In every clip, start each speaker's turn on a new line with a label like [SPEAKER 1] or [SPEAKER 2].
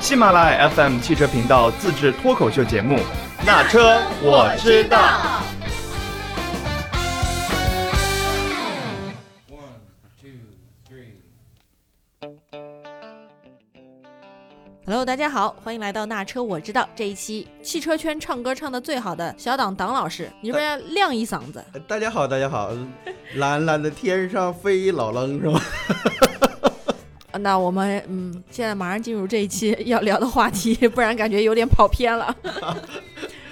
[SPEAKER 1] 喜马拉雅 FM 汽车频道自制脱口秀节目《那车我知道》。
[SPEAKER 2] Hello，大家好，欢迎来到《那车我知道》这一期汽车圈唱歌唱的最好的小党党老师，你是不是要亮一嗓子？
[SPEAKER 3] 呃大家好，大家好， 蓝蓝的天上飞老楞是吧？
[SPEAKER 2] 呃那我们嗯，现在马上进入这一 期要聊的话题，不然感觉有点跑偏 了。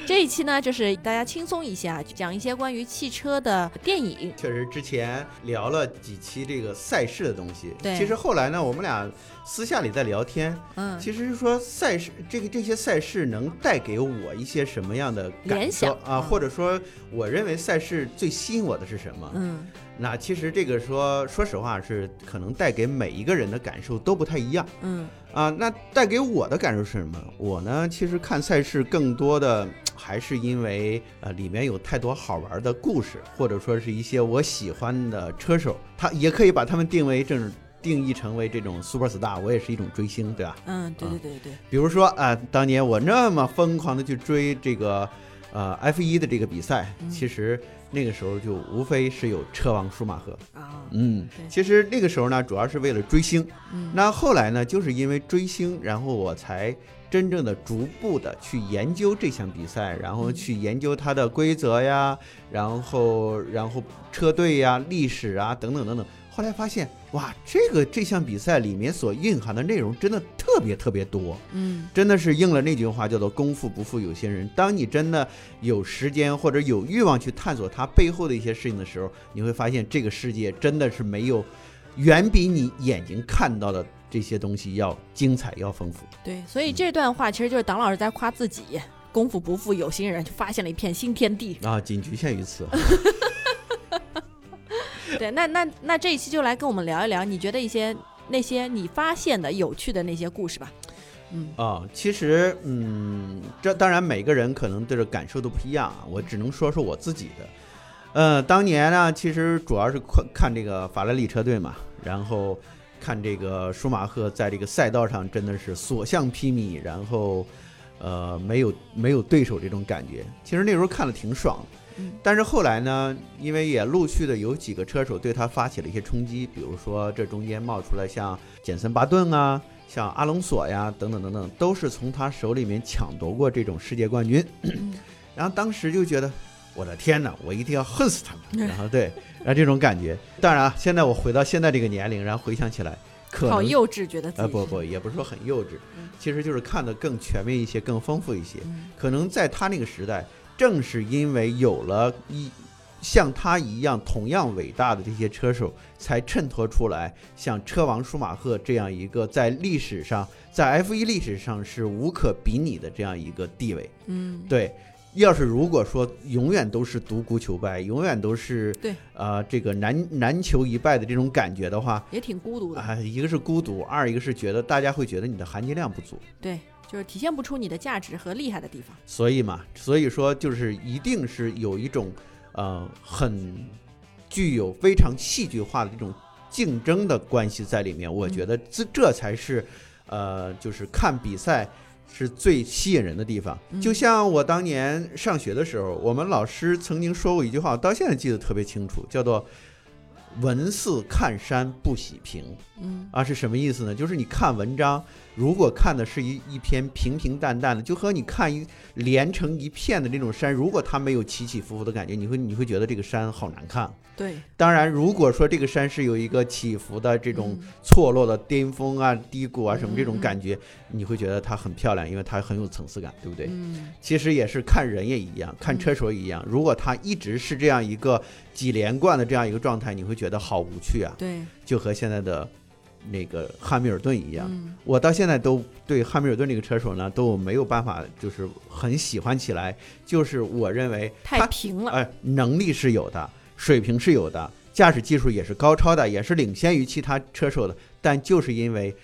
[SPEAKER 2] 这一期呢，就是大家轻松一下，讲一些关于汽车的电影。
[SPEAKER 3] 确实，之前聊了几期这个赛事的东西。
[SPEAKER 2] 对
[SPEAKER 3] 其实后来呢，我们俩私下里在聊天，
[SPEAKER 2] 嗯，
[SPEAKER 3] 其实是说赛事这个这些赛事能带给我一些什么样的
[SPEAKER 2] 联
[SPEAKER 3] 感受
[SPEAKER 2] 想
[SPEAKER 3] 啊，
[SPEAKER 2] 嗯
[SPEAKER 3] 或者说我认为赛事最吸引我的是什么？
[SPEAKER 2] 嗯，
[SPEAKER 3] 那其实这个说说实话是可能带给每一个人的感受都不太一样。
[SPEAKER 2] 嗯，
[SPEAKER 3] 啊，那带给我的感受是什么？我呢，其实看赛事更多的还是因为呃，里面有太多好玩的故事，或者说是一些我喜欢的车手，他也可以把他们定为正定义成为这种 super star，我也是一种追星，对吧？
[SPEAKER 2] 嗯，对对对对，
[SPEAKER 3] 比如说啊、当年我那么疯狂的去追这个呃 F 一的这个比赛，
[SPEAKER 2] 嗯
[SPEAKER 3] 其实那个时候就无非是有车王舒马赫，
[SPEAKER 2] 啊，
[SPEAKER 3] 嗯
[SPEAKER 2] 对，
[SPEAKER 3] 其实那个时候呢，主要是为了追星。
[SPEAKER 2] 嗯
[SPEAKER 3] 那后来呢，就是因为追星，然后我才真正的逐步的去研究这项比赛，然后去研究它的规则呀，然后然后车队呀、历史啊等等等等。后来发现，哇，这个这项比赛里面所蕴含的内容真的特别特别多。
[SPEAKER 2] 嗯
[SPEAKER 3] 真的是应了那句话，叫做“功夫不负有心人”。当你真的有时间或者有欲望去探索它背后的一些事情的时候，你会发现这个世界真的是没有远比你眼睛看到的这些东西要精彩、要丰富。
[SPEAKER 2] 对，所以这段话其实就是党老师在夸自己，功夫不负有心人，就发现了一片新天地。
[SPEAKER 3] 啊，仅局限于此。
[SPEAKER 2] 对，那那那这一期就来跟我们聊一聊，你觉得一些那些你发现的有趣的那些故事吧。嗯
[SPEAKER 3] 啊、其实，嗯，这当然每个人可能对这感受都不一样啊，我只能说说我自己的。呃，当年呢，其实主要是看看这个法拉利车队嘛，然后看这个舒马赫在这个赛道上真的是所向披靡，然后呃没有没有对手这种感觉。其实那时候看了挺爽的
[SPEAKER 2] 嗯
[SPEAKER 3] 但是后来呢，因为也陆续的有几个车手对他发起了一些冲击，比如说这中间冒出来像简森·巴顿啊，像阿隆索呀等等等等，都是从他手里面抢夺过这种世界冠军。
[SPEAKER 2] 嗯
[SPEAKER 3] 然后当时就觉得，我的天哪，我一定要恨死他
[SPEAKER 2] 嗯
[SPEAKER 3] 们。然后对，然后这种感觉。当然啊，现在我回到现在这个年龄，然后回想起来，可
[SPEAKER 2] 好
[SPEAKER 3] 能
[SPEAKER 2] 幼稚，觉得自己
[SPEAKER 3] 呃不
[SPEAKER 2] 是
[SPEAKER 3] 不，也不是说很幼稚
[SPEAKER 2] 嗯，
[SPEAKER 3] 其实就是看得更全面一些，更丰富一些。
[SPEAKER 2] 嗯
[SPEAKER 3] 可能在他那个时代，正是因为有了一像他一样同样伟大的这些车手，才衬托出来像车王舒马赫这样一个在历史上，在 F1 历史上是无可比拟的这样一个地位。
[SPEAKER 2] 嗯
[SPEAKER 3] 对，要是如果说永远都是独孤求败，永远都是
[SPEAKER 2] 对
[SPEAKER 3] 呃这个难难求一败的这种感觉的话，
[SPEAKER 2] 也挺孤独的，
[SPEAKER 3] 啊、一个是孤独，二一个是觉得大家会觉得你的含金量不足。
[SPEAKER 2] 对，就是体现不出你的价值和厉害的地方。
[SPEAKER 3] 所以嘛，所以说就是一定是有一种呃很具有非常戏剧化的这种竞争的关系在里面。我
[SPEAKER 2] 嗯
[SPEAKER 3] 觉得这这才是呃，就是看比赛是最吸引人的地方。
[SPEAKER 2] 嗯
[SPEAKER 3] 就像我当年上学的时候，我们老师曾经说过一句话，我到现在记得特别清楚，叫做“文似看山不喜平”。
[SPEAKER 2] 嗯
[SPEAKER 3] 啊，是什么意思呢？就是你看文章，如果看的是一一篇平平淡淡的，就和你看一连成一片的那种山，如果它没有起起伏伏的感觉，你会你会觉得这个山好难看。
[SPEAKER 2] 对，
[SPEAKER 3] 当然，如果说这个山是有一个起伏的这种
[SPEAKER 2] 嗯
[SPEAKER 3] 错落的巅峰啊、低谷啊什么这
[SPEAKER 2] 嗯嗯
[SPEAKER 3] 种
[SPEAKER 2] 嗯
[SPEAKER 3] 感觉，你会觉得它很漂亮，因为它很有层次感，对不对？
[SPEAKER 2] 嗯
[SPEAKER 3] 其实也是看人也一样，看车手也一样。如果他一直是这样一个几连冠的这样一个状态，你会觉得好无趣啊。
[SPEAKER 2] 对，
[SPEAKER 3] 就和现在的那个汉密尔顿一样。
[SPEAKER 2] 嗯
[SPEAKER 3] 我到现在都对汉密尔顿这个车手呢，都没有办法，就是很喜欢起来。就是我认为
[SPEAKER 2] 太
[SPEAKER 3] 他，
[SPEAKER 2] 平了，
[SPEAKER 3] 哎、能力是有的，水平是有的，驾驶技术也是高超的，也是领先于其他车手的。但就是因为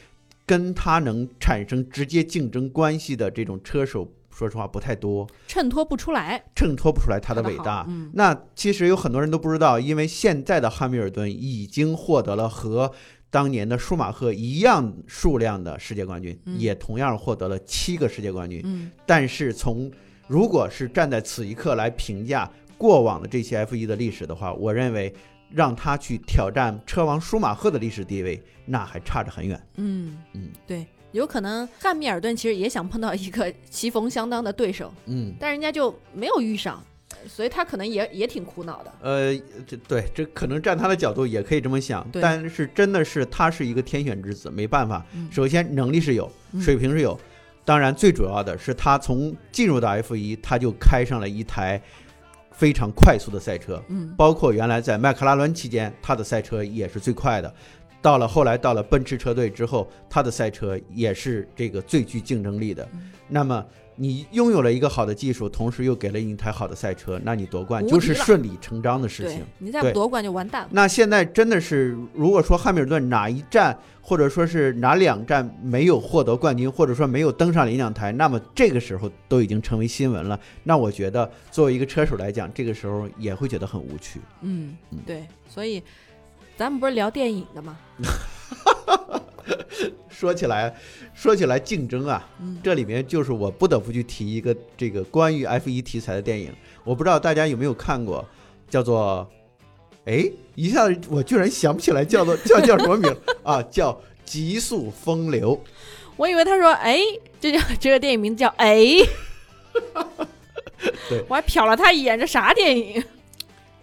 [SPEAKER 3] 跟他能产生直接竞争关系的这种车手，说实话不太多，
[SPEAKER 2] 衬托不出来
[SPEAKER 3] 衬托不出来他
[SPEAKER 2] 他
[SPEAKER 3] 的
[SPEAKER 2] 的
[SPEAKER 3] 伟
[SPEAKER 2] 好
[SPEAKER 3] 大。
[SPEAKER 2] 嗯
[SPEAKER 3] 那其实有很多人都不知道，因为现在的汉密尔顿已经获得了和当年的舒马赫一样数量的世界冠军，
[SPEAKER 2] 嗯
[SPEAKER 3] 也同样获得了七个世界冠军。
[SPEAKER 2] 嗯
[SPEAKER 3] 但是从如果是站在此一刻来评价过往的这些 F 1的历史的话，我认为让他去挑战车王舒马赫的历史地位，那还差着很远。
[SPEAKER 2] 嗯
[SPEAKER 3] 嗯
[SPEAKER 2] 对，有可能汉密尔顿其实也想碰到一个 棋逢相当的对手，
[SPEAKER 3] 嗯，
[SPEAKER 2] 但人家就没有遇上，所以他可能也也挺苦恼的。
[SPEAKER 3] 呃，这对这可能站他的角度也可以这么想，
[SPEAKER 2] 对
[SPEAKER 3] 但是真的是他是一个天选之子，没办法。
[SPEAKER 2] 嗯
[SPEAKER 3] 首先能力是有，
[SPEAKER 2] 嗯
[SPEAKER 3] 水平是有，当然最主要的是他从进入到 F 1他就开上了一台非常快速的赛车，
[SPEAKER 2] 嗯
[SPEAKER 3] 包括原来在麦克拉伦期间，他的赛车也是最快的。到了后来到了奔驰车队之后，他的赛车也是这个最具竞争力的
[SPEAKER 2] 嗯。
[SPEAKER 3] 那么你拥有了一个好的技术，同时又给了你一台好的赛车，那你夺冠
[SPEAKER 2] 无敌
[SPEAKER 3] 就是
[SPEAKER 2] 了
[SPEAKER 3] 顺理成章的事
[SPEAKER 2] 对
[SPEAKER 3] 情。
[SPEAKER 2] 你再
[SPEAKER 3] 对
[SPEAKER 2] 不夺冠就完蛋了。
[SPEAKER 3] 那现在真的是，如果说汉密尔顿哪一站或者说是哪两站没有获得冠军，或者说没有登上领奖台，那么这个时候都已经成为新闻了。那我觉得作为一个车手来讲，这个时候也会觉得很无趣。
[SPEAKER 2] 嗯
[SPEAKER 3] 嗯，
[SPEAKER 2] 对，所以咱们不是聊电影的吗？
[SPEAKER 3] 说起来，说起来竞争啊，
[SPEAKER 2] 嗯
[SPEAKER 3] 这里面就是我不得不去提一个这个关于 F 一题材的电影，我不知道大家有没有看过，叫做，哎，一下子我居然想不起来叫做 叫叫什么名儿啊，叫《极速风流》。
[SPEAKER 2] 我以为他说，哎，这叫这个电影名字叫哎
[SPEAKER 3] 对，
[SPEAKER 2] 我还瞟了他一眼，这啥电影？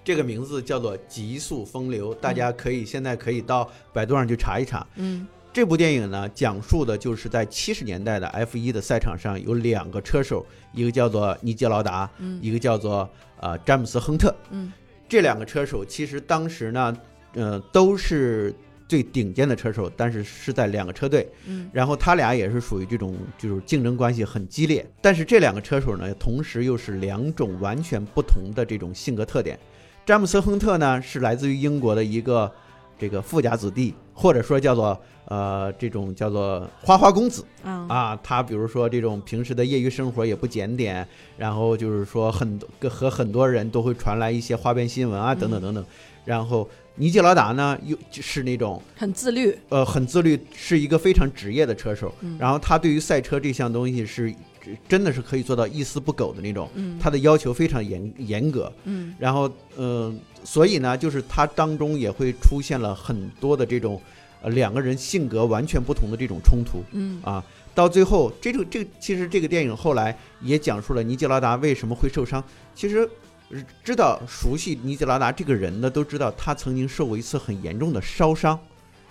[SPEAKER 3] 这个名字叫做《极速风流》，大家可以现在可以到百度上去查一查。
[SPEAKER 2] 嗯
[SPEAKER 3] 这部电影呢，讲述的就是在七十年代的 F 一的赛场上，有两个车手，一个叫做尼基劳达，
[SPEAKER 2] 嗯
[SPEAKER 3] 一个叫做呃詹姆斯亨特。
[SPEAKER 2] 嗯，
[SPEAKER 3] 这两个车手其实当时呢，呃，都是最顶尖的车手，但是是在两个车队。
[SPEAKER 2] 嗯
[SPEAKER 3] 然后他俩也是属于这种就是竞争关系很激烈，但是这两个车手呢，同时又是两种完全不同的这种性格特点。詹姆斯·亨特呢是来自于英国的一个这个富家子弟，或者说叫做呃这种叫做花花公子
[SPEAKER 2] 啊
[SPEAKER 3] 啊。他比如说这种平时的业余生活也不检点，然后就是说很多跟和很多人都会传来一些花边新闻啊等等等等。然后尼基劳达呢又是那种
[SPEAKER 2] 很自律。
[SPEAKER 3] 呃很自律，是一个非常职业的车手。
[SPEAKER 2] 嗯
[SPEAKER 3] 然后他对于赛车这项东西是真的是可以做到一丝不苟的那种，
[SPEAKER 2] 嗯
[SPEAKER 3] 他的要求非常严严格。
[SPEAKER 2] 嗯
[SPEAKER 3] 然后，嗯、所以呢，就是他当中也会出现了很多的这种，呃，两个人性格完全不同的这种冲突
[SPEAKER 2] 嗯
[SPEAKER 3] 啊。到最后，这种这个其实这个电影后来也讲述了尼基拉达为什么会受伤。其实呃知道熟悉尼基拉达这个人的都知道，他曾经受过一次很严重的烧伤，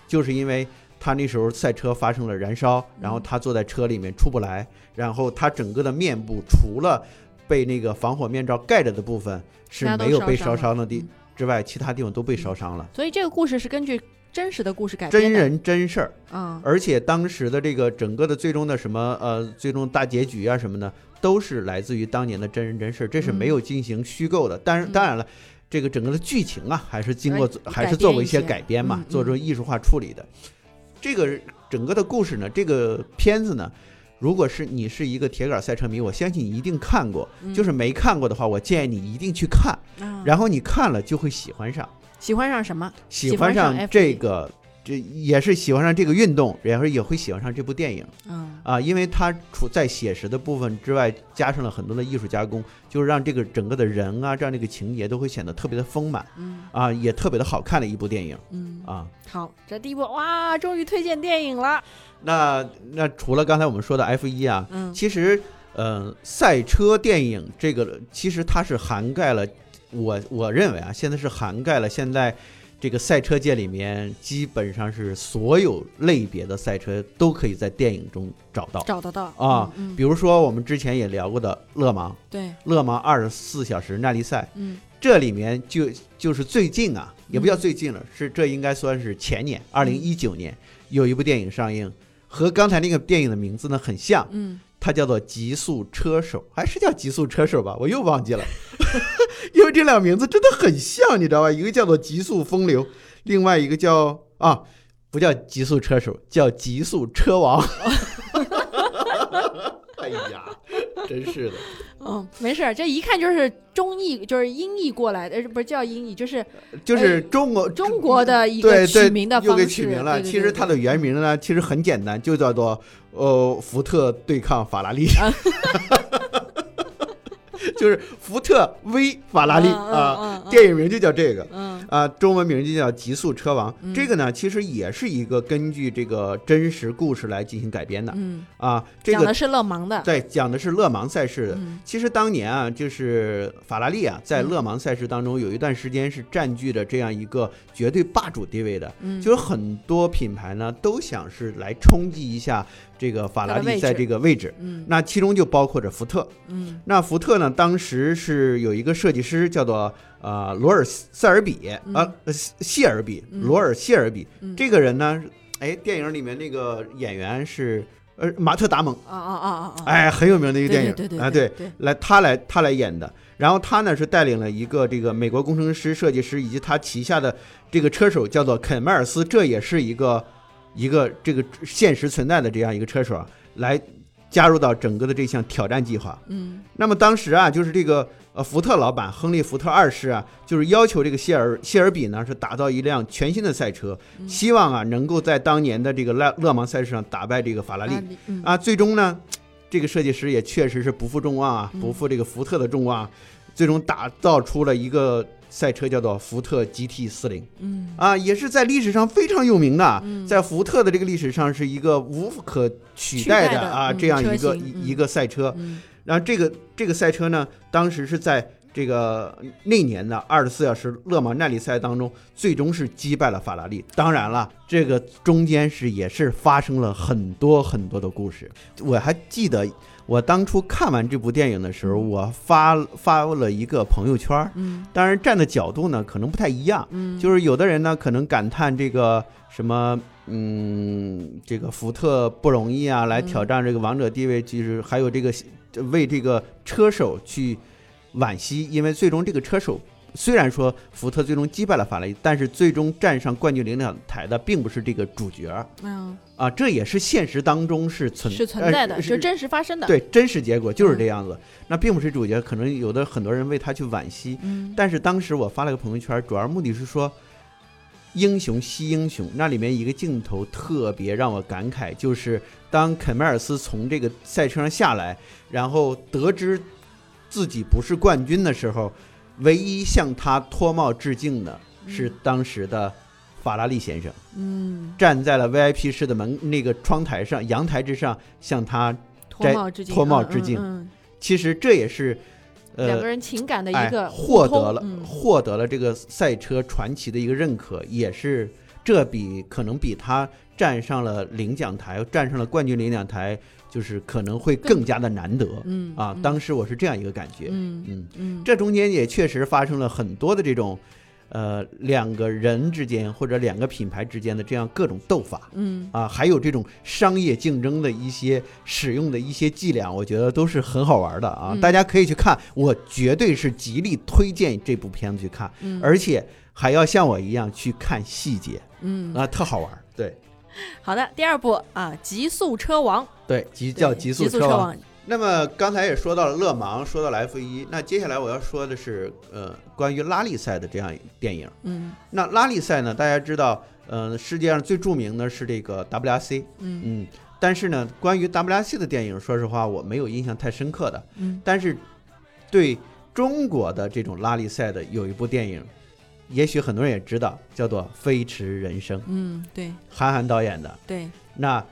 [SPEAKER 3] 就是因为他那时候赛车发生了燃烧，然后他坐在车里面出不来，然后他整个的面部除了被那个防火面罩盖着的部分是没有被烧伤的地
[SPEAKER 2] 嗯
[SPEAKER 3] 之外，其他地方都被烧伤了。
[SPEAKER 2] 所以这个故事是根据真实的故事改嗯编的。
[SPEAKER 3] 真人真事儿，
[SPEAKER 2] 啊，
[SPEAKER 3] 而且当时的这个整个的最终的什么呃，最终大结局啊什么的，都是来自于当年的真人真事，这是
[SPEAKER 2] 嗯
[SPEAKER 3] 没有进行虚构的。当然，
[SPEAKER 2] 嗯
[SPEAKER 3] 当然了，这个整个的剧情啊，还是经过
[SPEAKER 2] 哎
[SPEAKER 3] 还是做过一些
[SPEAKER 2] 改编一些
[SPEAKER 3] 改编嘛
[SPEAKER 2] 嗯，嗯
[SPEAKER 3] 做出艺术化处理的。这个整个的故事呢，这个片子呢，如果是你是一个铁杆赛车迷，我相信你一定看过。
[SPEAKER 2] 嗯
[SPEAKER 3] 就是没看过的话，我建议你一定去看，
[SPEAKER 2] 啊
[SPEAKER 3] 然后你看了就会喜欢上。
[SPEAKER 2] 喜欢上什么？
[SPEAKER 3] 喜欢上
[SPEAKER 2] 喜欢上 F1
[SPEAKER 3] 这个，这也是喜欢上这个运动，然后也会喜欢上这部电影
[SPEAKER 2] 嗯
[SPEAKER 3] 啊，因为它除在写实的部分之外，加上了很多的艺术加工，就是让这个整个的人啊，让这个情节都会显得特别的丰满
[SPEAKER 2] 嗯
[SPEAKER 3] 啊，也特别的好看的一部电影
[SPEAKER 2] 嗯，
[SPEAKER 3] 啊。
[SPEAKER 2] 好，这第一部哇，终于推荐电影了。
[SPEAKER 3] 那那除了刚才我们说的 F 一啊，
[SPEAKER 2] 嗯
[SPEAKER 3] 其实呃，赛车电影这个其实它是涵盖了我我认为啊，现在是涵盖了现在这个赛车界里面基本上是所有类别的赛车都可以在电影中找到。
[SPEAKER 2] 找得到
[SPEAKER 3] 啊
[SPEAKER 2] 嗯，嗯
[SPEAKER 3] 比如说我们之前也聊过的勒芒，
[SPEAKER 2] 对，
[SPEAKER 3] 勒芒二十四小时耐力赛，
[SPEAKER 2] 嗯
[SPEAKER 3] 这里面就就是最近啊，也不叫最近了，是这应该算是前年，二零一九年有一部电影上映，和刚才那个电影的名字呢很像，
[SPEAKER 2] 嗯，
[SPEAKER 3] 它叫做《极速车手》，还是叫《极速车手》吧？我又忘记了， 因为这俩名字真的很像，你知道吧？一个叫做《极速风流》，另外一个叫啊，不叫《极速车手》，叫《极速车王》。哎呀，真是的，
[SPEAKER 2] 嗯，没事儿，这一看就是中译，就是英译过来的，呃不是叫英译，就是
[SPEAKER 3] 就是中国
[SPEAKER 2] 哎中国的一
[SPEAKER 3] 对
[SPEAKER 2] 个
[SPEAKER 3] 对
[SPEAKER 2] 取名的
[SPEAKER 3] 又
[SPEAKER 2] 方
[SPEAKER 3] 给
[SPEAKER 2] 式。
[SPEAKER 3] 取名了。
[SPEAKER 2] 对对
[SPEAKER 3] 其
[SPEAKER 2] 对
[SPEAKER 3] 实它的原名呢，其实很简单，就叫做呃福特对抗法拉利，
[SPEAKER 2] 啊
[SPEAKER 3] 就是福特 V 法拉利
[SPEAKER 2] 嗯嗯
[SPEAKER 3] 啊，
[SPEAKER 2] 嗯嗯
[SPEAKER 3] 电影名就叫这个。
[SPEAKER 2] 嗯
[SPEAKER 3] 啊，中文名就叫《极速车王》，
[SPEAKER 2] 嗯
[SPEAKER 3] 这个呢，其实也是一个根据这个真实故事来进行改编的
[SPEAKER 2] 嗯，
[SPEAKER 3] 啊。这
[SPEAKER 2] 讲
[SPEAKER 3] 个
[SPEAKER 2] 的是勒芒的，
[SPEAKER 3] 在讲的是勒芒赛事的
[SPEAKER 2] 嗯
[SPEAKER 3] 其实当年啊，就是法拉利啊，在
[SPEAKER 2] 嗯
[SPEAKER 3] 勒芒赛事当中有一段时间是占据着这样一个绝对霸主地位的，
[SPEAKER 2] 嗯，
[SPEAKER 3] 就是很多品牌呢都想是来冲击一下这个法拉
[SPEAKER 2] 它的位
[SPEAKER 3] 利
[SPEAKER 2] 置
[SPEAKER 3] 在这个位置。
[SPEAKER 2] 嗯
[SPEAKER 3] 那其中就包括着福特。
[SPEAKER 2] 嗯
[SPEAKER 3] 那福特呢，当时是有一个设计师叫做呃罗尔塞尔比
[SPEAKER 2] 嗯
[SPEAKER 3] 啊、呃谢谢尔比，
[SPEAKER 2] 嗯
[SPEAKER 3] 罗尔谢尔比、
[SPEAKER 2] 嗯
[SPEAKER 3] 这个人呢，哎，电影里面那个演员是呃马特达蒙，
[SPEAKER 2] 啊啊啊啊啊，
[SPEAKER 3] 哎，很有名的一
[SPEAKER 2] 对
[SPEAKER 3] 个电影
[SPEAKER 2] 对对
[SPEAKER 3] 啊，
[SPEAKER 2] 对
[SPEAKER 3] 对，
[SPEAKER 2] 对，
[SPEAKER 3] 来他来他来演的。然后他呢是带领了一个这个美国工程师、设计师以及他旗下的这个车手叫做肯迈尔斯，这也是一个一个这个现实存在的这样一个车手啊，来加入到整个的这项挑战计划。
[SPEAKER 2] 嗯
[SPEAKER 3] 那么当时啊，就是这个呃福特老板亨利·福特二世啊，就是要求这个谢尔谢尔比呢是打造一辆全新的赛车，
[SPEAKER 2] 嗯
[SPEAKER 3] 希望啊能够在当年的这个勒勒芒赛事上打败这个法拉利。
[SPEAKER 2] 啊嗯
[SPEAKER 3] 啊，最终呢，这个设计师也确实是不负众望啊，
[SPEAKER 2] 嗯
[SPEAKER 3] 不负这个福特的众望，啊最终打造出了一个赛车叫做福特 GT 四零
[SPEAKER 2] 嗯
[SPEAKER 3] 啊，也是在历史上非常有名的，啊
[SPEAKER 2] 嗯
[SPEAKER 3] 在福特的这个历史上是一个无可取
[SPEAKER 2] 取
[SPEAKER 3] 代
[SPEAKER 2] 代
[SPEAKER 3] 的
[SPEAKER 2] 的
[SPEAKER 3] 啊、
[SPEAKER 2] 嗯
[SPEAKER 3] 这样一
[SPEAKER 2] 车
[SPEAKER 3] 个
[SPEAKER 2] 型
[SPEAKER 3] 一
[SPEAKER 2] 嗯
[SPEAKER 3] 一个赛车。
[SPEAKER 2] 嗯
[SPEAKER 3] 然后这个这个赛车呢，当时是在。这个那年的二十四小时勒芒耐力赛当中，最终是击败了法拉利。当然了，这个中间是也是发生了很多很多的故事。我还记得我当初看完这部电影的时候，
[SPEAKER 2] 嗯
[SPEAKER 3] 我发发了一个朋友圈儿。
[SPEAKER 2] 嗯
[SPEAKER 3] 当然，站的角度呢可能不太一样，
[SPEAKER 2] 嗯，
[SPEAKER 3] 就是有的人呢可能感叹这个什么，嗯，这个福特不容易啊，来
[SPEAKER 2] 嗯
[SPEAKER 3] 挑战这个王者地位，就是还有这个为这个车手去惋惜，因为最终这个车手。虽然说福特最终击败了法拉利，但是最终站上冠军领奖台的并不是这个主角儿
[SPEAKER 2] 嗯
[SPEAKER 3] 啊，这也是现实当中是存
[SPEAKER 2] 是存在
[SPEAKER 3] 呃
[SPEAKER 2] 的，
[SPEAKER 3] 是
[SPEAKER 2] 就真实发生的，
[SPEAKER 3] 对真实结果就是
[SPEAKER 2] 嗯
[SPEAKER 3] 这样子。那并不是主角，可能有的很多人为他去惋惜，
[SPEAKER 2] 嗯
[SPEAKER 3] 但是当时我发了个朋友圈，主要目的是说，英雄惜英雄。那里面一个镜头特别让我感慨，就是当肯迈尔斯从这个赛车上下来，然后得知自己不是冠军的时候，唯一向他脱帽致敬的是当时的法拉利先生，
[SPEAKER 2] 嗯，
[SPEAKER 3] 站在了 VIP 室的门那个窗台上、阳台之上，向他。
[SPEAKER 2] 脱帽致敬，
[SPEAKER 3] 脱帽
[SPEAKER 2] 嗯
[SPEAKER 3] 致敬
[SPEAKER 2] 嗯
[SPEAKER 3] 其实这也是，
[SPEAKER 2] 嗯两个
[SPEAKER 3] 呃。
[SPEAKER 2] 人情感的
[SPEAKER 3] 哎
[SPEAKER 2] 一个
[SPEAKER 3] 获
[SPEAKER 2] 互通
[SPEAKER 3] 得了、
[SPEAKER 2] 嗯
[SPEAKER 3] 获得了这个赛车传奇的一个认可，也是这比可能比他站上了领奖台，站上了冠军领奖台，就是可能会更加的难得、
[SPEAKER 2] 嗯
[SPEAKER 3] 啊
[SPEAKER 2] 嗯。
[SPEAKER 3] 当时我是这样一个感觉，
[SPEAKER 2] 嗯
[SPEAKER 3] 嗯，
[SPEAKER 2] 嗯
[SPEAKER 3] 这中间也确实发生了很多的这种。呃，两个人之间或者两个品牌之间的这样各种斗法
[SPEAKER 2] 嗯
[SPEAKER 3] 啊，还有这种商业竞争的一些使用的一些伎俩，我觉得都是很好玩的啊。
[SPEAKER 2] 嗯
[SPEAKER 3] 大家可以去看，我绝对是极力推荐这部片子去看，
[SPEAKER 2] 嗯，
[SPEAKER 3] 而且还要像我一样去看细节
[SPEAKER 2] 嗯
[SPEAKER 3] 啊，特好玩儿。对
[SPEAKER 2] 好的，第二部啊，《极速车王》
[SPEAKER 3] 对，极 叫
[SPEAKER 2] 对
[SPEAKER 3] 极
[SPEAKER 2] 速
[SPEAKER 3] 速车王。
[SPEAKER 2] 王，
[SPEAKER 3] 那么刚才也说到了勒芒，说到了 F 一，那接下来我要说的是呃关于拉力赛的这样一电影。
[SPEAKER 2] 嗯
[SPEAKER 3] 那拉力赛呢，大家知道，呃，世界上最著名的是这个 WRC，
[SPEAKER 2] 嗯
[SPEAKER 3] 嗯，但是呢，关于 WRC 的电影，说实话我没有印象太深刻的。
[SPEAKER 2] 嗯
[SPEAKER 3] 但是对中国的这种拉力赛的有一部电影，也许很多人也知道，叫做《飞驰人生》，
[SPEAKER 2] 嗯，对
[SPEAKER 3] 韩寒导演的。
[SPEAKER 2] 对，
[SPEAKER 3] 那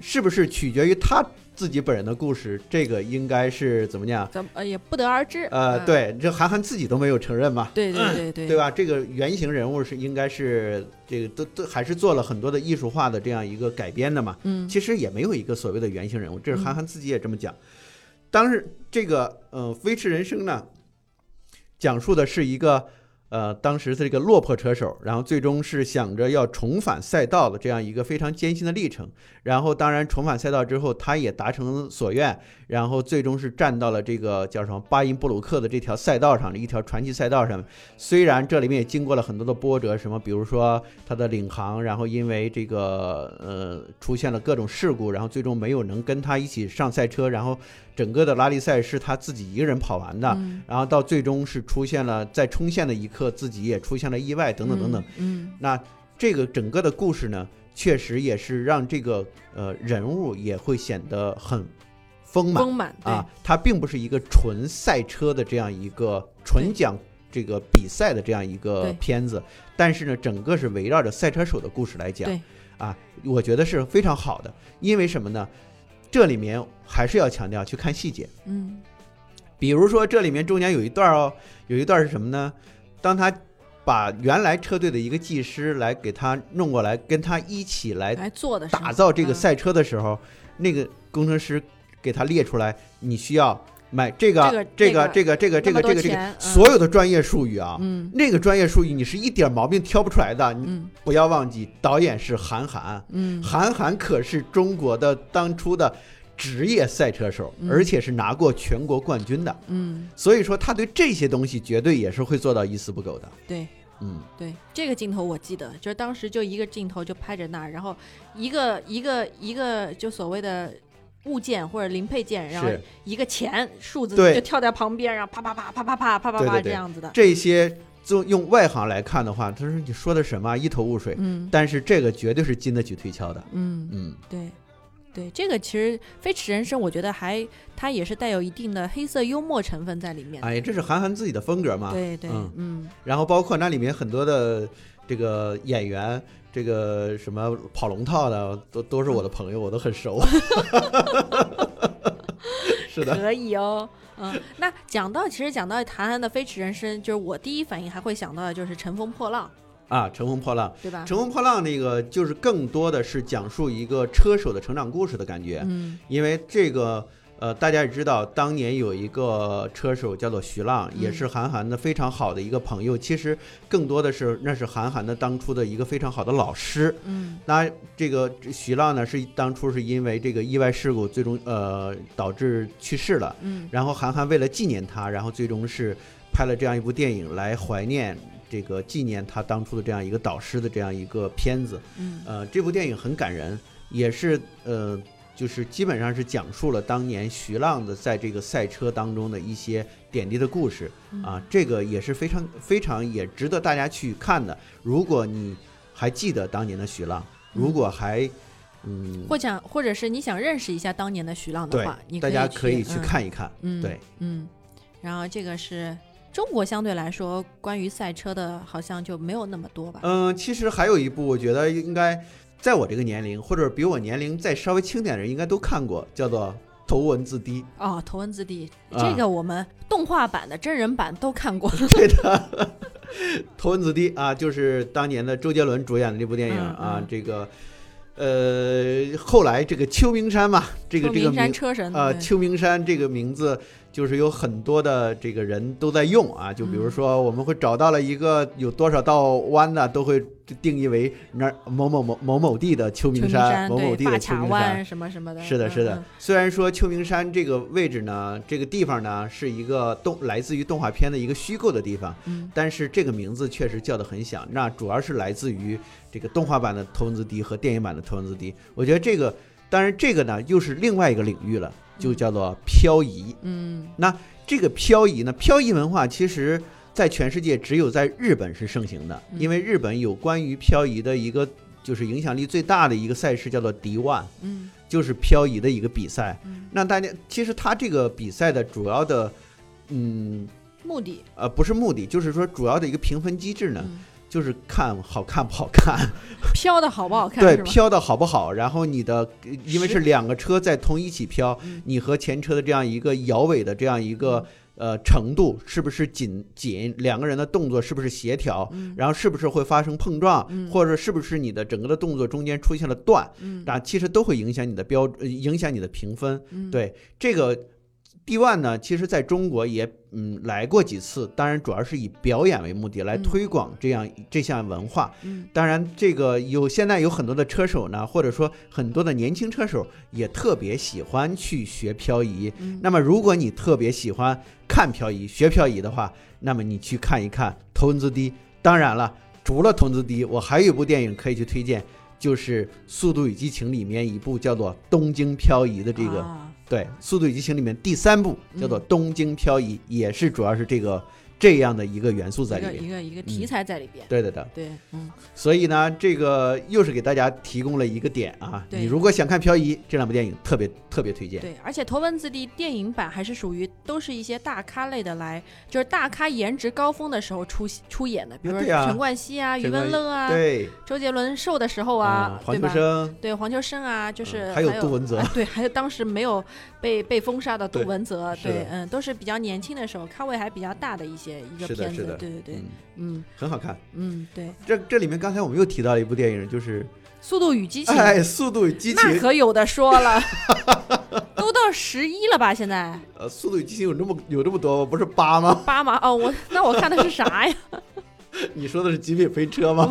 [SPEAKER 3] 是不是取决于他自己本人的故事？这个应该是怎么讲？
[SPEAKER 2] 咱们呃也不得而知。
[SPEAKER 3] 呃，
[SPEAKER 2] 嗯
[SPEAKER 3] 对，这韩寒自己都没有承认嘛。
[SPEAKER 2] 对对对对
[SPEAKER 3] 对？吧？这个原型人物是应该是这个都都还是做了很多的艺术化的这样一个改编的嘛。
[SPEAKER 2] 嗯
[SPEAKER 3] 其实也没有一个所谓的原型人物，这是韩
[SPEAKER 2] 嗯
[SPEAKER 3] 寒自己也这么讲。当时这个呃《飞驰人生》呢，讲述的是一个呃，当时是这个落魄车手，然后最终是想着要重返赛道的这样一个非常艰辛的历程。然后，当然重返赛道之后，他也达成所愿，然后最终是站到了这个叫什么巴音布鲁克的这条赛道上，一条传奇赛道上面。虽然这里面也经过了很多的波折，什么比如说他的领航，然后因为这个呃出现了各种事故，然后最终没有能跟他一起上赛车，然后整个的拉力赛是他自己一个人跑完的。
[SPEAKER 2] 嗯
[SPEAKER 3] 然后到最终是出现了在冲线的一刻，自己也出现了意外，等等等等。，
[SPEAKER 2] 嗯
[SPEAKER 3] 那这个整个的故事呢，确实也是让这个呃人物也会显得很丰
[SPEAKER 2] 嗯，
[SPEAKER 3] 满
[SPEAKER 2] 丰满
[SPEAKER 3] 啊，，它并不是一个纯赛车的这样一个纯讲这个比赛的这样一个
[SPEAKER 2] 对
[SPEAKER 3] 片子，但是呢，整个是围绕着赛车手的故事来讲
[SPEAKER 2] 对，
[SPEAKER 3] 啊，我觉得是非常好的，因为什么呢？这里面还是要强调去看细节。
[SPEAKER 2] 对嗯
[SPEAKER 3] 比如说这里面中间有一段哦，有一段是什么呢？当他把原来车队的一个技师来给他弄过来，跟他一起来
[SPEAKER 2] 来做的时候
[SPEAKER 3] 打造
[SPEAKER 2] 嗯
[SPEAKER 3] 这个，赛车的时候，那个工程师给他列出来，你需要买这个
[SPEAKER 2] 这
[SPEAKER 3] 个
[SPEAKER 2] 个
[SPEAKER 3] 这个这个这
[SPEAKER 2] 那么
[SPEAKER 3] 个
[SPEAKER 2] 多
[SPEAKER 3] 这个这个
[SPEAKER 2] 钱嗯
[SPEAKER 3] 所有的专业术语啊。
[SPEAKER 2] 嗯
[SPEAKER 3] 那个专业术语你是一点毛病挑不出来的，你
[SPEAKER 2] 嗯
[SPEAKER 3] 不要忘记，导演是韩寒，
[SPEAKER 2] 嗯嗯
[SPEAKER 3] 韩寒可是中国的当初的职业赛车手，
[SPEAKER 2] 嗯
[SPEAKER 3] 而且是拿过全国冠军的，
[SPEAKER 2] 嗯，
[SPEAKER 3] 所以说他对这些东西绝对也是会做到一丝不苟的。
[SPEAKER 2] 对。
[SPEAKER 3] 嗯，
[SPEAKER 2] 对这个镜头我记得，就是当时就一个镜头就拍着那儿，然后一个一个一个就所谓的物件或者零配件，然后
[SPEAKER 3] 是
[SPEAKER 2] 一个钱数字
[SPEAKER 3] 对
[SPEAKER 2] 就跳在旁边，然后啪啪啪啪啪啪啪啪
[SPEAKER 3] 对对
[SPEAKER 2] 啪
[SPEAKER 3] 对
[SPEAKER 2] 这样子的。
[SPEAKER 3] 这些就用外行来看的话，他说你说的什么啊一头雾水，
[SPEAKER 2] 嗯
[SPEAKER 3] 但是这个绝对是经得起推敲的。
[SPEAKER 2] 嗯，
[SPEAKER 3] 嗯，
[SPEAKER 2] 对。对，这个其实《飞驰人生》，我觉得还它也是带有一定的黑色幽默成分在里面的。
[SPEAKER 3] 哎，这是韩寒自己的风格嘛。
[SPEAKER 2] 对对，
[SPEAKER 3] 嗯
[SPEAKER 2] 嗯
[SPEAKER 3] 然后包括那里面很多的这个演员，这个什么跑龙套的，都都是我的朋友，我都 很熟。是的，
[SPEAKER 2] 可以哦。 嗯，那讲到其实讲到韩寒的《飞驰人生》，就是我第一反应还会想到的就是《乘风破浪
[SPEAKER 3] 啊，乘风破浪。》，
[SPEAKER 2] 对吧？
[SPEAKER 3] 乘风破浪那个就是更多的是讲述一个车手的成长故事的感觉，
[SPEAKER 2] 嗯
[SPEAKER 3] 因为这个呃，大家也知道，当年有一个车手叫做徐浪，
[SPEAKER 2] 嗯
[SPEAKER 3] 也是韩寒的非常好的一个朋友。其实更多的是那是韩寒的当初的一个非常好的老师。
[SPEAKER 2] 嗯
[SPEAKER 3] 那这个徐浪呢，是当初是因为这个意外事故，最终呃导致去世了。
[SPEAKER 2] 嗯
[SPEAKER 3] 然后韩寒为了纪念他，然后最终是拍了这样一部电影来怀念这个纪念他当初的这样一个导师的这样一个片子。
[SPEAKER 2] 嗯
[SPEAKER 3] 呃，这部电影很感人，也是呃，就是基本上是讲述了当年徐浪的在这个赛车当中的一些点滴的故事
[SPEAKER 2] 嗯
[SPEAKER 3] 啊，这个也是非常非常也值得大家去看的。如果你还记得当年的徐浪，如果还嗯，
[SPEAKER 2] 或想或者是你想认识一下当年的徐浪的
[SPEAKER 3] 对
[SPEAKER 2] 话，你，
[SPEAKER 3] 大家可以去
[SPEAKER 2] 去，
[SPEAKER 3] 看一看，
[SPEAKER 2] 嗯，嗯
[SPEAKER 3] 对，
[SPEAKER 2] 嗯，然后这个是中国相对来说关于赛车的，好像就没有那么多吧。
[SPEAKER 3] 嗯，其实还有一部，我觉得应该在我这个年龄，或者比我年龄再稍微轻点的人，应该都看过，叫做《头文字 D》。
[SPEAKER 2] 哦，头文字 D，
[SPEAKER 3] 啊
[SPEAKER 2] 这个我们动画版的、真人版都看过。
[SPEAKER 3] 对的，《头文字 D》啊，就是当年的周杰伦主演的这部电影
[SPEAKER 2] 嗯
[SPEAKER 3] 啊
[SPEAKER 2] 嗯，
[SPEAKER 3] 这个。呃，后来这个秋名山嘛，这个
[SPEAKER 2] 说
[SPEAKER 3] 这个
[SPEAKER 2] 名山
[SPEAKER 3] 名
[SPEAKER 2] 车神
[SPEAKER 3] 呃，
[SPEAKER 2] 对
[SPEAKER 3] 秋名山这个名字就是有很多的这个人都在用啊，就比
[SPEAKER 2] 嗯
[SPEAKER 3] 如说我们会找到了一个有多少道弯的，都会定义为那儿某某某某某地的秋
[SPEAKER 2] 秋
[SPEAKER 3] 名
[SPEAKER 2] 名
[SPEAKER 3] 山，
[SPEAKER 2] 山
[SPEAKER 3] 某
[SPEAKER 2] 对
[SPEAKER 3] 某地
[SPEAKER 2] 发
[SPEAKER 3] 的秋
[SPEAKER 2] 卡
[SPEAKER 3] 名山。
[SPEAKER 2] 湾什么什么的。
[SPEAKER 3] 是的，
[SPEAKER 2] 嗯
[SPEAKER 3] 是的
[SPEAKER 2] 嗯。
[SPEAKER 3] 虽然说秋名山这个位置呢，这个地方呢是一个动来自于动画片的一个虚构的地方，
[SPEAKER 2] 嗯
[SPEAKER 3] 但是这个名字确实叫得很响，那主要是来自于这个动画版的《头文字 D》和电影版的《头文字 D》。我觉得这个，当然这个呢又是另外一个领域了，就叫做漂移。
[SPEAKER 2] 嗯
[SPEAKER 3] 这个漂移呢，漂移文化其实在全世界只有在日本是盛行的，
[SPEAKER 2] 嗯
[SPEAKER 3] 因为日本有关于漂移的一个就是影响力最大的一个赛事叫做 D One，
[SPEAKER 2] 嗯
[SPEAKER 3] 就是漂移的一个比赛。
[SPEAKER 2] 嗯，
[SPEAKER 3] 那大家其实它这个比赛的主要的，嗯
[SPEAKER 2] 目的
[SPEAKER 3] 呃不是目的，就是说主要的一个评分机制呢，
[SPEAKER 2] 嗯，
[SPEAKER 3] 就是看好看不好看，
[SPEAKER 2] 飘的好不好看？
[SPEAKER 3] 对，
[SPEAKER 2] 是吧？
[SPEAKER 3] 飘的好不好，然后你的因为
[SPEAKER 2] 实
[SPEAKER 3] 是两个车在同一起飘
[SPEAKER 2] 嗯，
[SPEAKER 3] 你和前车的这样一个摇尾的这样一个呃程度是不是紧紧，两个人的动作是不是协调，
[SPEAKER 2] 嗯
[SPEAKER 3] 然后是不是会发生碰撞，
[SPEAKER 2] 嗯
[SPEAKER 3] 或者是不是你的整个的动作中间出现了断，
[SPEAKER 2] 嗯
[SPEAKER 3] 啊，其实都会影响你的标，呃影响你的评分。
[SPEAKER 2] 嗯
[SPEAKER 3] 对这个 D1 呢，其实在中国也嗯来过几次，当然主要是以表演为目的来
[SPEAKER 2] 嗯
[SPEAKER 3] 推广这样、这项文化。
[SPEAKER 2] 嗯
[SPEAKER 3] 当然，这个有现在有很多的车手呢，或者说很多的年轻车手也特别喜欢去学漂移。
[SPEAKER 2] 嗯，
[SPEAKER 3] 那么，如果你特别喜欢看漂移、学漂移的话，那么你去看一看《头文字 D》。当然了，除了《头文字 D》，我还有一部电影可以去推荐，就是《速度与激情》里面一部叫做《东京漂移》的这个
[SPEAKER 2] 啊
[SPEAKER 3] 对，《速度与激情》里面第三部叫做
[SPEAKER 2] 嗯
[SPEAKER 3] 《东京漂移》，也是主要是这个这样的一个元素在
[SPEAKER 2] 一
[SPEAKER 3] 里
[SPEAKER 2] 个
[SPEAKER 3] 面。
[SPEAKER 2] 一个一个题
[SPEAKER 3] 嗯
[SPEAKER 2] 材在里边。
[SPEAKER 3] 对的的，
[SPEAKER 2] 对，嗯，
[SPEAKER 3] 所以呢，这个又是给大家提供了一个点啊。
[SPEAKER 2] 对
[SPEAKER 3] 你如果想看漂移，这两部电影特别特别推荐。
[SPEAKER 2] 对，而且《头文字 D》电影版还是属于都是一些大咖类的来，就是大咖颜值高峰的时候出出演的，比如
[SPEAKER 3] 啊
[SPEAKER 2] 说
[SPEAKER 3] 对啊
[SPEAKER 2] 陈冠希啊、余
[SPEAKER 3] 陈冠
[SPEAKER 2] 文乐啊、
[SPEAKER 3] 对嗯
[SPEAKER 2] 周杰伦瘦的时候啊，
[SPEAKER 3] 黄
[SPEAKER 2] 对
[SPEAKER 3] 秋
[SPEAKER 2] 吧？
[SPEAKER 3] 生嗯
[SPEAKER 2] 对黄秋生啊，就是、
[SPEAKER 3] 还有杜文泽
[SPEAKER 2] 啊对，还有当时没有被被封杀的杜
[SPEAKER 3] 对
[SPEAKER 2] 文泽，
[SPEAKER 3] 是
[SPEAKER 2] 对，
[SPEAKER 3] 的
[SPEAKER 2] 嗯，都是比较年轻的时候，咖位还比较大的一些一个
[SPEAKER 3] 是的
[SPEAKER 2] 片
[SPEAKER 3] 是
[SPEAKER 2] 子
[SPEAKER 3] 的，
[SPEAKER 2] 对对对
[SPEAKER 3] 嗯，
[SPEAKER 2] 嗯
[SPEAKER 3] 很好看。
[SPEAKER 2] 嗯，对，《
[SPEAKER 3] 这这里面刚才我们又提到了一部电影，就是
[SPEAKER 2] 速度与激情》
[SPEAKER 3] 哎，《速度与激情
[SPEAKER 2] 那》可有的说了， 都到十一了吧？现在
[SPEAKER 3] 呃，《速度与激情》有这么有这么多吗？不是八吗？
[SPEAKER 2] 八嘛？哦，我那我看的是啥呀？
[SPEAKER 3] 你说的是《极品飞车》吗？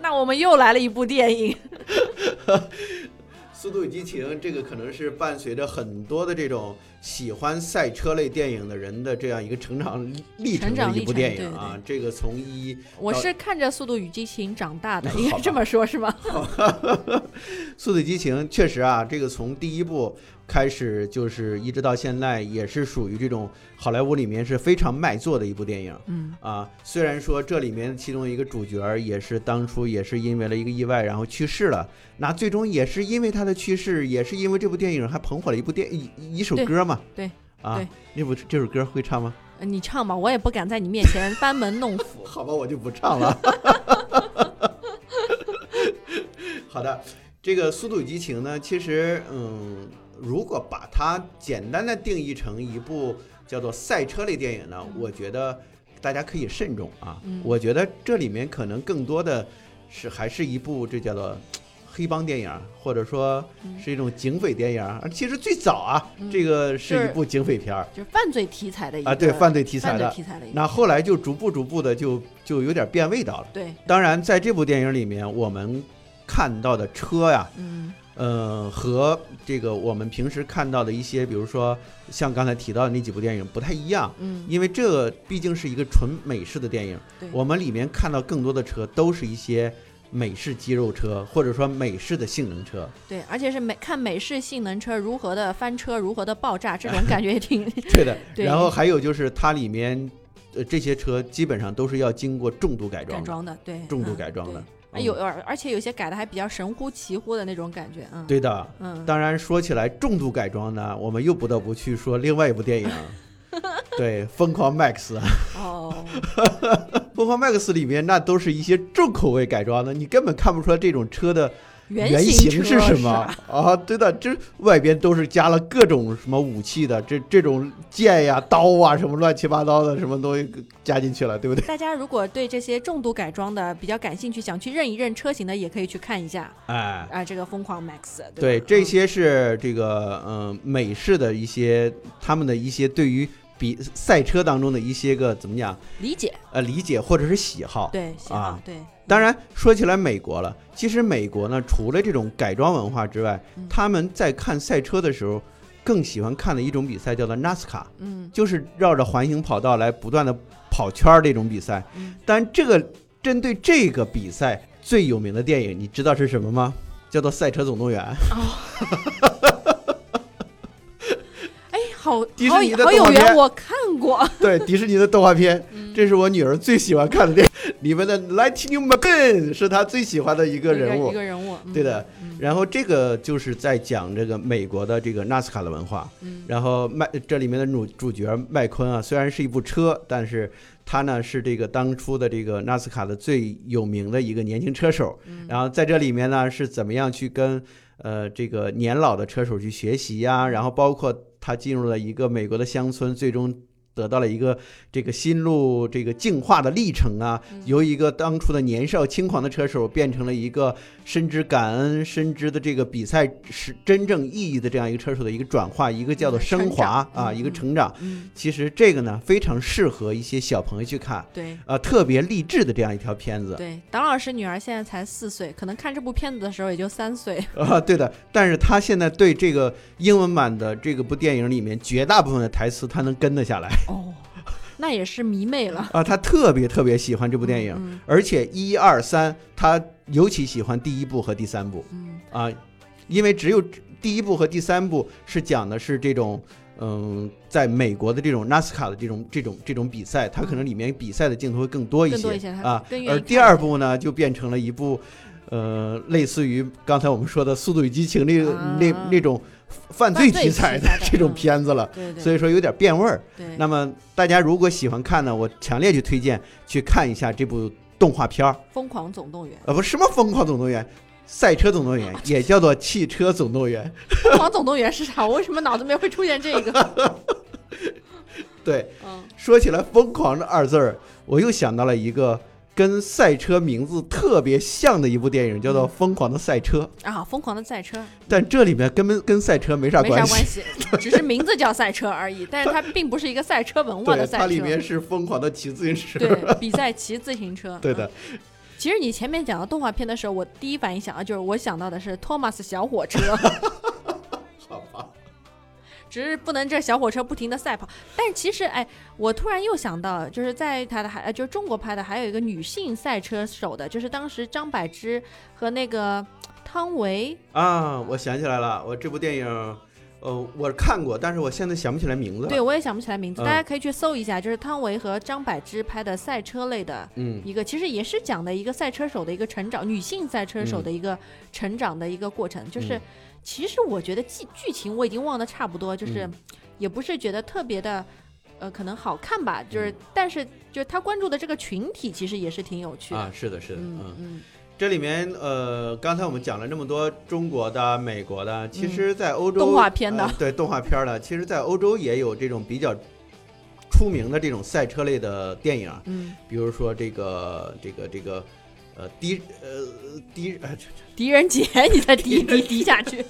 [SPEAKER 2] 那我们又来了一部电影，
[SPEAKER 3] 《 速度与激情》这个可能是伴随着很多的这种喜欢赛车类电影的人的这样一个成长历程
[SPEAKER 2] 成
[SPEAKER 3] 的
[SPEAKER 2] 长
[SPEAKER 3] 一
[SPEAKER 2] 历
[SPEAKER 3] 部
[SPEAKER 2] 程
[SPEAKER 3] 电影啊。这个从一
[SPEAKER 2] 我是看着《速度与激情》长大的
[SPEAKER 3] 嗯，好吧
[SPEAKER 2] 应该这么说，是 吗？
[SPEAKER 3] 《速度与激情》确实啊，这个从第一部开始就是一直到现在，也是属于这种好莱坞里面是非常卖座的一部电影。
[SPEAKER 2] 嗯
[SPEAKER 3] 啊，虽然说这里面其中一个主角儿也是当初也是因为了一个意外然后去世了，那最终也是因为他的去世，也是因为这部电影还捧火了一部电一一首
[SPEAKER 2] 对
[SPEAKER 3] 歌嘛。
[SPEAKER 2] 对
[SPEAKER 3] 啊
[SPEAKER 2] 对，
[SPEAKER 3] 那部这首歌会唱吗？。
[SPEAKER 2] 呃你唱吧，我也不敢在你面前班门弄斧
[SPEAKER 3] 好吧，我就不唱了。 好的，这个《速度与激情》呢，其实嗯，如果把它简单的定义成一部叫做赛车类电影呢，我觉得大家可以慎重啊。
[SPEAKER 2] 嗯
[SPEAKER 3] 我觉得这里面可能更多的是还是一部这叫做。黑帮电影，或者说
[SPEAKER 2] 嗯
[SPEAKER 3] 是一种警匪电影，而其实最早啊，
[SPEAKER 2] 嗯
[SPEAKER 3] 这个
[SPEAKER 2] 就是是
[SPEAKER 3] 一部警匪片儿
[SPEAKER 2] 就是犯罪题材的一个
[SPEAKER 3] 啊，对犯罪题
[SPEAKER 2] 题
[SPEAKER 3] 材的
[SPEAKER 2] 犯罪，题材的一个，
[SPEAKER 3] 那后来就逐步逐步的就就有点变味道了。
[SPEAKER 2] 对，
[SPEAKER 3] 当然，在这部电影里面，我们看到的车呀，
[SPEAKER 2] 嗯
[SPEAKER 3] 呃，和这个我们平时看到的一些，比如说像刚才提到的那几部电影不太一样，
[SPEAKER 2] 嗯，
[SPEAKER 3] 因为这个毕竟是一个纯美式的电影
[SPEAKER 2] 对，
[SPEAKER 3] 我们里面看到更多的车都是一些美式肌肉车，或者说美式的性 能车，
[SPEAKER 2] 对，而且是美看美式性能车如何的翻车，如何的爆炸，这种感觉也挺
[SPEAKER 3] 对的。
[SPEAKER 2] 对
[SPEAKER 3] 然后还有就是它里面，呃，这些车基本上都是要经过重度改装
[SPEAKER 2] 改
[SPEAKER 3] 的，
[SPEAKER 2] 装的，对，
[SPEAKER 3] 重度
[SPEAKER 2] 嗯
[SPEAKER 3] 改装的
[SPEAKER 2] 对
[SPEAKER 3] 嗯
[SPEAKER 2] 啊有而而且有些改的还比较神乎其乎的那种感觉，嗯，，
[SPEAKER 3] 对的。
[SPEAKER 2] 嗯，
[SPEAKER 3] 当然，说起来重度改装呢，我们又不得不去说另外一部电 影，对，《疯狂 Max》啊，
[SPEAKER 2] 哦，
[SPEAKER 3] 《疯狂 Max》里面那都是一些重口味改装的，你根本看不出来这种车的原
[SPEAKER 2] 型车
[SPEAKER 3] 是什么
[SPEAKER 2] 吧
[SPEAKER 3] 啊？对的，这外边都是加了各种什么武器的，这这种剑呀、刀啊，什么乱七八糟的什么东西加进去了，对不对？
[SPEAKER 2] 大家如果对这些重度改装的比较感兴趣，想去认一认车型的，也可以去看一下
[SPEAKER 3] 哎，
[SPEAKER 2] 啊，这个疯狂 Max，
[SPEAKER 3] 对，
[SPEAKER 2] 吧
[SPEAKER 3] 这些是这个嗯、呃美式的一些他们的一些对于比赛车当中的一些个怎么讲？
[SPEAKER 2] 嗯理解，
[SPEAKER 3] 呃理解或者是喜好。
[SPEAKER 2] 对，喜好
[SPEAKER 3] 啊，
[SPEAKER 2] 对，
[SPEAKER 3] 当然说起来美国了，其实美国呢，除了这种改装文化之外
[SPEAKER 2] 嗯，
[SPEAKER 3] 他们在看赛车的时候，更喜欢看的一种比赛叫做 NASCAR，
[SPEAKER 2] 嗯
[SPEAKER 3] 就是绕着环形跑道来不断的跑圈儿这种比赛。
[SPEAKER 2] 嗯，
[SPEAKER 3] 但这个针对这个比赛最有名的电影，你知道是什么吗？叫做《赛车总动员》。
[SPEAKER 2] 哎，好
[SPEAKER 3] 迪士
[SPEAKER 2] 好
[SPEAKER 3] 尼的
[SPEAKER 2] 好
[SPEAKER 3] 动画
[SPEAKER 2] 有
[SPEAKER 3] 片
[SPEAKER 2] 缘，我看过，
[SPEAKER 3] 对，迪士尼的动画片，
[SPEAKER 2] 嗯
[SPEAKER 3] 这是我女儿最喜欢看的电影。里面的 Lightning McQueen 是她最喜欢的一个人
[SPEAKER 2] 一
[SPEAKER 3] 物
[SPEAKER 2] 个。人物，嗯
[SPEAKER 3] 对的，
[SPEAKER 2] 嗯
[SPEAKER 3] 然后这个就是在讲这个美国的这个纳斯卡的文化。
[SPEAKER 2] 嗯
[SPEAKER 3] 然后麦这里面的主主角麦昆啊，虽然是一部车，但是他呢是这个当初的这个纳斯卡的最有名的一个年轻车手。
[SPEAKER 2] 嗯
[SPEAKER 3] 然后在这里面呢是怎么样去跟呃这个年老的车手去学习呀、然后包括他进入了一个美国的乡村，最终。得到了一个这个心路这个进化的历程啊，
[SPEAKER 2] 嗯
[SPEAKER 3] 由一个当初的年少轻狂的车手，变成了一个深知感恩、深知的这个比赛是真正意义的这样一个车手的一个转化，一个叫做
[SPEAKER 2] 嗯
[SPEAKER 3] 升
[SPEAKER 2] 成
[SPEAKER 3] 华
[SPEAKER 2] 长
[SPEAKER 3] 啊，
[SPEAKER 2] 嗯
[SPEAKER 3] 一个成长。
[SPEAKER 2] 嗯，
[SPEAKER 3] 其实这个呢，非常适合一些小朋友去看，
[SPEAKER 2] 对
[SPEAKER 3] 呃，特别励志的这样一条片子。
[SPEAKER 2] 对，党老师女儿现在才四岁，可能看这部片子的时候也就三 岁。
[SPEAKER 3] 啊，对的，但是他现在对这个英文版的这个部电影里面绝大部分的台词，他能跟得下来
[SPEAKER 2] 哦，那也是迷妹了。
[SPEAKER 3] 啊，他特别特别喜欢这 部电影，
[SPEAKER 2] 嗯
[SPEAKER 3] 而且一二三，他尤其喜欢第一部和第三部
[SPEAKER 2] 嗯
[SPEAKER 3] 啊，因为只有第一部和第三部是讲的是这种。嗯，在美国的这种 NASCAR 的这种这种这种比赛，它可能里面比赛的镜头会更多一些
[SPEAKER 2] 嗯更多一些它
[SPEAKER 3] 啊
[SPEAKER 2] 更。愿
[SPEAKER 3] 而
[SPEAKER 2] 意
[SPEAKER 3] 第
[SPEAKER 2] 看
[SPEAKER 3] 二
[SPEAKER 2] 一些
[SPEAKER 3] 部呢，就变成了一部，呃，类似于刚才我们说的《速度与激情》那个、那
[SPEAKER 2] 啊
[SPEAKER 3] 那种犯罪题
[SPEAKER 2] 犯罪题材
[SPEAKER 3] 材的
[SPEAKER 2] 的
[SPEAKER 3] 这种
[SPEAKER 2] 嗯
[SPEAKER 3] 片子了
[SPEAKER 2] 嗯，，对对，
[SPEAKER 3] 所以说有点变味儿。
[SPEAKER 2] 对
[SPEAKER 3] 那么大家如果喜欢看呢，我强烈就推荐去看一下这部动画片儿，，
[SPEAKER 2] 疯狂总动员
[SPEAKER 3] 呃，不是什么《疯狂总动员》。赛车总 动员也叫做汽车总动员，
[SPEAKER 2] 疯狂总动员是啥？我为什么脑子里面会出现这 个？
[SPEAKER 3] 对，
[SPEAKER 2] 嗯，
[SPEAKER 3] 说起来“疯狂”这二字儿，我又想到了一个跟赛车名字特别像的一部电影，叫做
[SPEAKER 2] 嗯
[SPEAKER 3] 《疯狂的赛车》，
[SPEAKER 2] 啊，疯狂的赛车
[SPEAKER 3] 但这里面根本跟赛车没啥
[SPEAKER 2] 没啥
[SPEAKER 3] 关
[SPEAKER 2] 关
[SPEAKER 3] 系。
[SPEAKER 2] 系， 只是名字叫赛车而已，但是它并不是一个赛车文化的
[SPEAKER 3] 对，
[SPEAKER 2] 赛
[SPEAKER 3] 它
[SPEAKER 2] 车。
[SPEAKER 3] 里面是疯狂的骑自行车。
[SPEAKER 2] 对，比赛骑自行车。
[SPEAKER 3] 对的，
[SPEAKER 2] 嗯。其实你前面讲到动画片的时候，我第一反应想到就是我想到的是托马斯小火车，
[SPEAKER 3] 好吧。
[SPEAKER 2] 只是不能这小火车不停的赛跑。但是其实，哎，我突然又想到，就是在他的还呃就是中国拍的还有一个女性赛车手的，就是当时张柏芝和那个汤唯，
[SPEAKER 3] 啊，我想起来了，我这部电影，呃，我看过，但是我现在想不起来名字了。
[SPEAKER 2] 对，我也想不起来名字，
[SPEAKER 3] 嗯
[SPEAKER 2] 大家可以去搜一下，就是汤唯和张柏芝拍的赛车类的
[SPEAKER 3] 嗯，
[SPEAKER 2] 一个，其实也是讲的一个赛车手的一个成长，女性赛车手的一个成长的一个过程。就是
[SPEAKER 3] 嗯
[SPEAKER 2] 其实我觉得剧剧情我已经忘得差不多，就是
[SPEAKER 3] 嗯
[SPEAKER 2] 也不是觉得特别的。呃，可能好看吧，
[SPEAKER 3] 嗯
[SPEAKER 2] 就是，但是就是他关注的这个群体，其实也是挺有趣的。
[SPEAKER 3] 啊，是的，是的，
[SPEAKER 2] 嗯嗯，
[SPEAKER 3] 这里面呃，刚才我们讲了这么多中国的、美国的，其实，在欧洲、
[SPEAKER 2] 嗯动画片的
[SPEAKER 3] 呃对动画片的，其实，在欧洲也有这种比较出名的这种赛车类的电影，
[SPEAKER 2] 嗯，
[SPEAKER 3] 比如说这个这个这个呃迪呃迪呃
[SPEAKER 2] 狄仁杰，你再滴滴滴下去，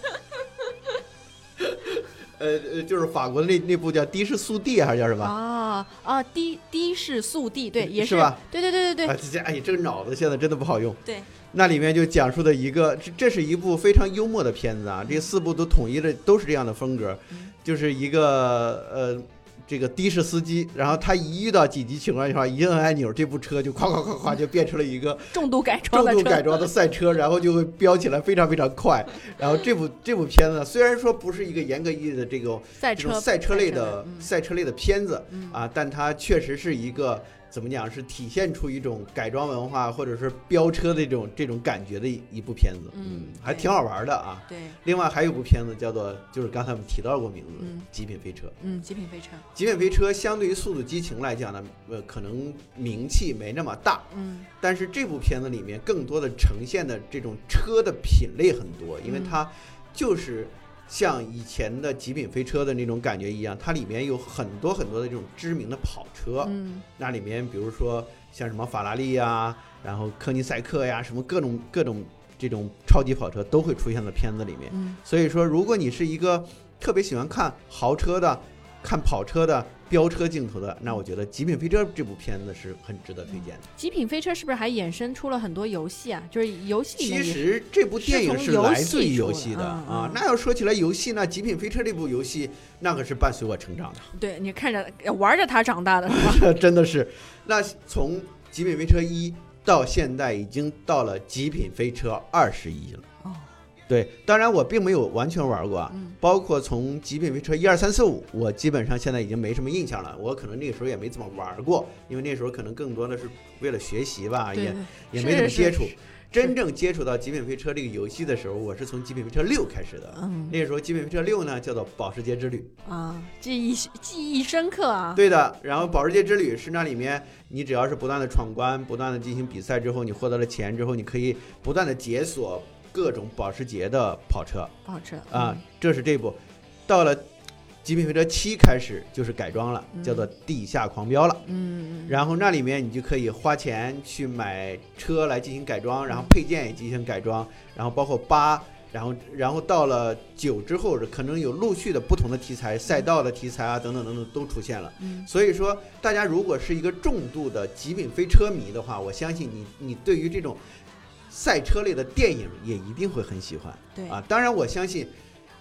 [SPEAKER 3] 呃呃就是法国的那那部叫《的士速递》还是叫什么？
[SPEAKER 2] 啊啊，的的士速递，对，也
[SPEAKER 3] 是吧
[SPEAKER 2] 对对对对
[SPEAKER 3] 啊，
[SPEAKER 2] 对
[SPEAKER 3] 这哎，这个脑子现在真的不好用。
[SPEAKER 2] 对，
[SPEAKER 3] 那里面就讲述的一个，这这是一部非常幽默的片子啊，这四部都统一的都是这样的风格
[SPEAKER 2] 嗯，
[SPEAKER 3] 就是一个呃。这个的士司机，然后他一遇到紧急情况的话，一摁按钮，这部车就咵咵咵咵就变成了一个
[SPEAKER 2] 重度改
[SPEAKER 3] 哎重
[SPEAKER 2] 装的
[SPEAKER 3] 度
[SPEAKER 2] 车，
[SPEAKER 3] 改装的赛车，然后就会飙起来非常非常快。然后这部这部片子虽然说不是一个严格意义的这种
[SPEAKER 2] 赛
[SPEAKER 3] 这种
[SPEAKER 2] 车
[SPEAKER 3] 赛车类的
[SPEAKER 2] 嗯
[SPEAKER 3] 赛车类的片子
[SPEAKER 2] 嗯
[SPEAKER 3] 啊，但它确实是一个怎么讲，是体现出一种改装文化或者是飙车的这种这种感觉的一一部片子，
[SPEAKER 2] 嗯
[SPEAKER 3] 还
[SPEAKER 2] 对
[SPEAKER 3] 挺好玩的啊。
[SPEAKER 2] 对，
[SPEAKER 3] 另外还有一部片子叫做，就是刚才我们提到过名字，
[SPEAKER 2] 嗯
[SPEAKER 3] 极品飞车》。
[SPEAKER 2] 嗯，极品飞车，
[SPEAKER 3] 《极品飞车》相对于《速度与激情》来讲呢，呃，可能名气没那么大，
[SPEAKER 2] 嗯
[SPEAKER 3] 但是这部片子里面更多的呈现的这种车的品类很多，因为
[SPEAKER 2] 嗯
[SPEAKER 3] 它就是像以前的极品飞车的那种感觉一样，它里面有很多很多的这种知名的跑车，
[SPEAKER 2] 嗯
[SPEAKER 3] 那里面比如说像什么法拉利呀、啊然后科尼赛克呀，什么各种各种这种超级跑车都会出现在片子里面。
[SPEAKER 2] 嗯，
[SPEAKER 3] 所以说，如果你是一个特别喜欢看豪车的、看跑车的、飙车镜头的，那我觉得《极品飞车》这部片子是很值得推荐的。
[SPEAKER 2] 极品飞车是不是还衍生出了很多游戏啊？就是游戏里
[SPEAKER 3] 其
[SPEAKER 2] 面也
[SPEAKER 3] 实这部电影是来自于游
[SPEAKER 2] 是从游戏
[SPEAKER 3] 戏的
[SPEAKER 2] 出的
[SPEAKER 3] 啊
[SPEAKER 2] 嗯。
[SPEAKER 3] 那要说起来游戏，那《极品飞车》这部游戏，那可是伴随我成长
[SPEAKER 2] 对你看着呃玩着它长大的是 吧？
[SPEAKER 3] 的，真的是。那从《极品飞车一》到现在，已经到了《极品飞车二十一》了。
[SPEAKER 2] 哦，
[SPEAKER 3] 对，当然我并没有完全玩过啊，
[SPEAKER 2] 嗯
[SPEAKER 3] 包括从《极品飞车》一二三四五，我基本上现在已经没什么印象了。我可能那个时候也没怎么玩过，因为那时候可能更多的是为了学习吧，
[SPEAKER 2] 对
[SPEAKER 3] 也
[SPEAKER 2] 对，
[SPEAKER 3] 也
[SPEAKER 2] 是
[SPEAKER 3] 没怎么
[SPEAKER 2] 是
[SPEAKER 3] 接触
[SPEAKER 2] 是。
[SPEAKER 3] 真正接触到《极品飞车》这个游戏的时候，我是从《极品飞车六》开始的。
[SPEAKER 2] 嗯
[SPEAKER 3] 那时候《极品飞车六》呢叫做《保时捷之旅
[SPEAKER 2] 啊，记忆记忆深刻啊》，。
[SPEAKER 3] 对的。然后《保时捷之旅》是那里面，你只要是不断的闯关，不断的进行比赛之后，你获得了钱之后，你可以不断的解锁各种保时捷的跑车
[SPEAKER 2] 不好吃
[SPEAKER 3] 啊
[SPEAKER 2] 嗯。
[SPEAKER 3] 这是这部。到了《极品飞车七》开始就是改装了，
[SPEAKER 2] 嗯
[SPEAKER 3] 叫做地下狂飙了。
[SPEAKER 2] 嗯，
[SPEAKER 3] 然后那里面你就可以花钱去买车来进行改装，然后配件也进行改装，然后包括八，然后然后到了九之后，可能有陆续的不同的题材、赛道的题材啊等等等等都出现了。
[SPEAKER 2] 嗯
[SPEAKER 3] 所以说，大家如果是一个重度的极品飞车迷的话，我相信你你对于这种赛车类的电影也一定会很喜欢。
[SPEAKER 2] 对，
[SPEAKER 3] 啊，当然我相信，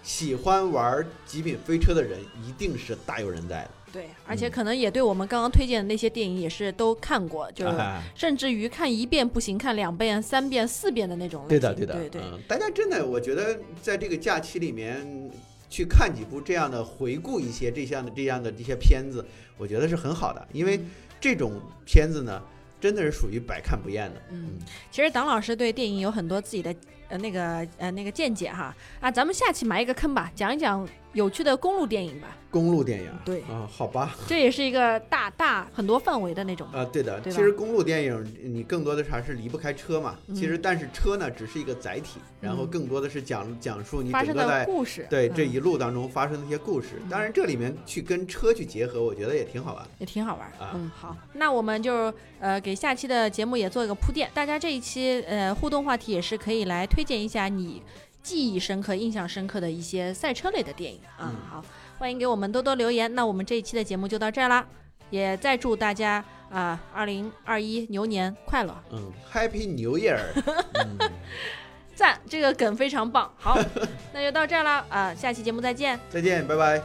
[SPEAKER 3] 喜欢玩极品飞车的人一定是大有人在的。
[SPEAKER 2] 对，而
[SPEAKER 3] 嗯
[SPEAKER 2] 且可能也对我们刚刚推荐的那些电影也是都看过，就是
[SPEAKER 3] 哎
[SPEAKER 2] 甚至于看一遍不行，看两遍、三遍、四遍的那种类
[SPEAKER 3] 对
[SPEAKER 2] 型。
[SPEAKER 3] 的，对的，
[SPEAKER 2] 对对，
[SPEAKER 3] 嗯，大家真的，我觉得在这个假期里面去看几部这样的，回顾一些这项的这样的这些片子，我觉得是很好的，因为
[SPEAKER 2] 嗯
[SPEAKER 3] 这种片子呢，真的是属于百看不厌的。
[SPEAKER 2] 嗯，其实党老师对电影有很多自己的呃那个呃那个见解哈啊，咱们下期埋一个坑吧，讲一讲有趣的公路电影吧，
[SPEAKER 3] 公路电影啊，
[SPEAKER 2] 嗯对
[SPEAKER 3] 啊，好吧，
[SPEAKER 2] 这也是一个大大很多范围的那种。
[SPEAKER 3] 啊，对的，
[SPEAKER 2] 对吧
[SPEAKER 3] 其实公路电影你更多的是还是离不开车嘛。
[SPEAKER 2] 嗯
[SPEAKER 3] 其实，但是车呢只是一个载体，然后
[SPEAKER 2] 嗯
[SPEAKER 3] 更多的是讲讲述你
[SPEAKER 2] 发
[SPEAKER 3] 整
[SPEAKER 2] 生
[SPEAKER 3] 个
[SPEAKER 2] 的
[SPEAKER 3] 在
[SPEAKER 2] 故事，
[SPEAKER 3] 对
[SPEAKER 2] 嗯
[SPEAKER 3] 这一路当中发生的一些故事。
[SPEAKER 2] 嗯
[SPEAKER 3] 当然，这里面去跟车去结合，我觉得也挺好玩。
[SPEAKER 2] 也挺好玩儿
[SPEAKER 3] 啊。
[SPEAKER 2] 嗯，好，那我们就呃给下期的节目也做一个铺垫。大家这一期呃互动话题也是可以来推荐一下你记忆深刻、印象深刻的一些赛车类的电影啊。
[SPEAKER 3] 嗯
[SPEAKER 2] 好，欢迎给我们多多留言。那我们这一期的节目就到这儿啦，也再祝大家啊二零二一牛年快乐！
[SPEAKER 3] 嗯，Happy New Year！嗯，
[SPEAKER 2] 赞，这个梗非常棒。好，那就到这儿啦啊、下期节目再见。
[SPEAKER 3] 再见，拜拜。